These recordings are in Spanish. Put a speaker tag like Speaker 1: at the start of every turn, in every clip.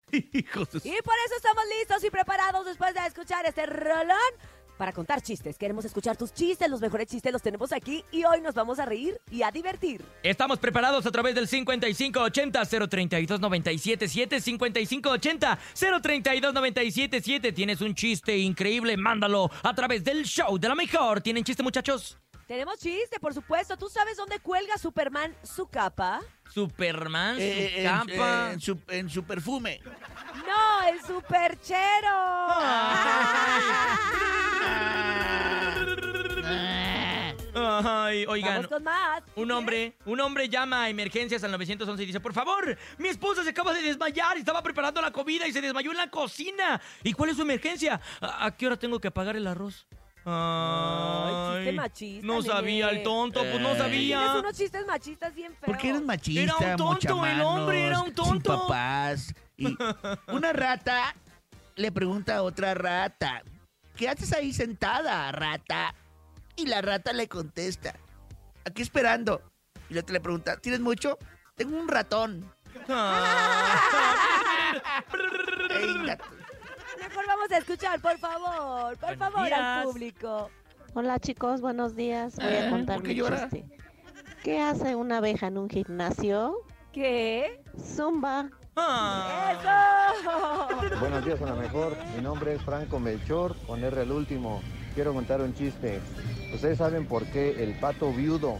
Speaker 1: Hijos de su-
Speaker 2: Y por eso estamos listos y preparados después de escuchar este rolón para contar chistes. Queremos escuchar tus chistes, los mejores chistes los tenemos aquí y hoy nos vamos a reír y a divertir.
Speaker 3: Estamos preparados a través del 5580-032-977, 5580-032-977. Tienes un chiste increíble, mándalo a través del show de la mejor. ¿Tienen chiste, muchachos?
Speaker 2: Tenemos chiste, por supuesto. ¿Tú sabes dónde cuelga Superman su capa?
Speaker 3: Superman, su
Speaker 1: Eh, en, su-
Speaker 3: capa.
Speaker 1: eh, en su, en su perfume.
Speaker 2: No, el superchero.
Speaker 3: Ay, oigan.
Speaker 2: Vamos con más.
Speaker 3: Un hombre, un hombre llama a emergencias al 911 y dice, por favor, mi esposa se acaba de desmayar, estaba preparando la comida y se desmayó en la cocina. ¿Y cuál es su emergencia? ¿A, a qué hora tengo que apagar el arroz?
Speaker 2: Ay, chiste
Speaker 3: Ay,
Speaker 2: machista,
Speaker 3: No
Speaker 2: nene. Eh.
Speaker 3: sabía el tonto, pues no
Speaker 1: Ay.
Speaker 2: Tienes
Speaker 3: sabía.
Speaker 2: unos chistes machistas bien feos.
Speaker 1: ¿Por qué eres machista?
Speaker 3: Era un tonto el hombre, era un
Speaker 1: mochamanos,
Speaker 3: tonto.
Speaker 1: Sin papás. Y una rata le pregunta a otra rata, ¿qué haces ahí sentada, rata? Y la rata le contesta, aquí esperando. Y la otra le pregunta, ¿tienes mucho? Tengo un ratón.
Speaker 3: Ah.
Speaker 1: Ey, la-
Speaker 2: Mejor vamos a escuchar, por favor, por
Speaker 3: Buenos
Speaker 2: favor, al
Speaker 3: días.
Speaker 2: público.
Speaker 4: Hola chicos, buenos días. Voy a contar
Speaker 1: Ah, ¿por qué
Speaker 4: mi
Speaker 1: llora?
Speaker 4: chiste. ¿Qué hace una abeja en un gimnasio?
Speaker 2: ¿Qué?
Speaker 4: Zumba.
Speaker 3: Ah.
Speaker 2: ¡Eso!
Speaker 5: Buenos días a la mejor. Mi nombre es Franco Melchor, con R el último. Quiero contar un chiste. ¿Ustedes saben por qué el pato viudo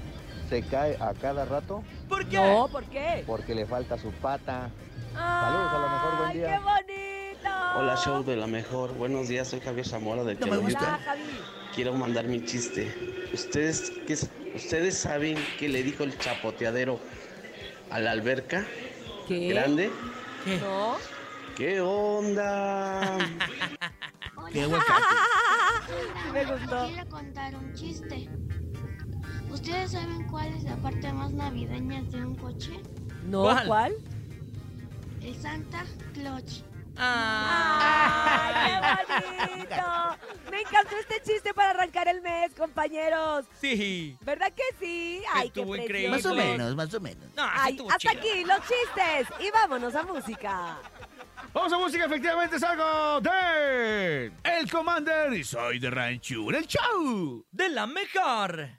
Speaker 5: se cae a cada rato?
Speaker 3: ¿Por qué?
Speaker 2: No, ¿por qué?
Speaker 5: Porque le falta su pata.
Speaker 2: Saludos,
Speaker 5: a lo mejor, buen día.
Speaker 2: ¡Qué bonito!
Speaker 6: Hola, show de la mejor. Buenos días, soy Javier Zamora del
Speaker 1: No me
Speaker 6: Perú.
Speaker 1: gusta.
Speaker 2: Hola, Ah, Javi.
Speaker 6: Quiero mandar mi chiste. ¿Ustedes, qué, s- ¿Ustedes saben qué le dijo el chapoteadero a la alberca
Speaker 2: ¿Qué?
Speaker 6: grande?
Speaker 3: ¿Qué?
Speaker 2: ¿No?
Speaker 6: ¿Qué onda?
Speaker 1: Qué aguacate.
Speaker 2: Me gustó.
Speaker 7: Quiero contar un chiste. ¿Ustedes saben cuál es la parte más navideña de un coche?
Speaker 2: ¿No? ¿Cuál?
Speaker 3: ¿Cuál?
Speaker 7: El Santa Clutch.
Speaker 3: Ah.
Speaker 2: ¡Ay, qué bonito! Me encantó este chiste para arrancar el mes, compañeros.
Speaker 3: Sí.
Speaker 2: ¿Verdad que sí? pues. ¡Ay, qué
Speaker 3: Estuvo
Speaker 2: precioso.
Speaker 3: increíble.
Speaker 1: Más o menos, más o menos.
Speaker 3: No, sí
Speaker 2: Ay,
Speaker 3: estuvo
Speaker 2: hasta
Speaker 3: chido.
Speaker 2: aquí los chistes y vámonos a música.
Speaker 8: Vamos a música, efectivamente salgo de El Commander y soy de Ranchura, el show.
Speaker 3: De la mejor.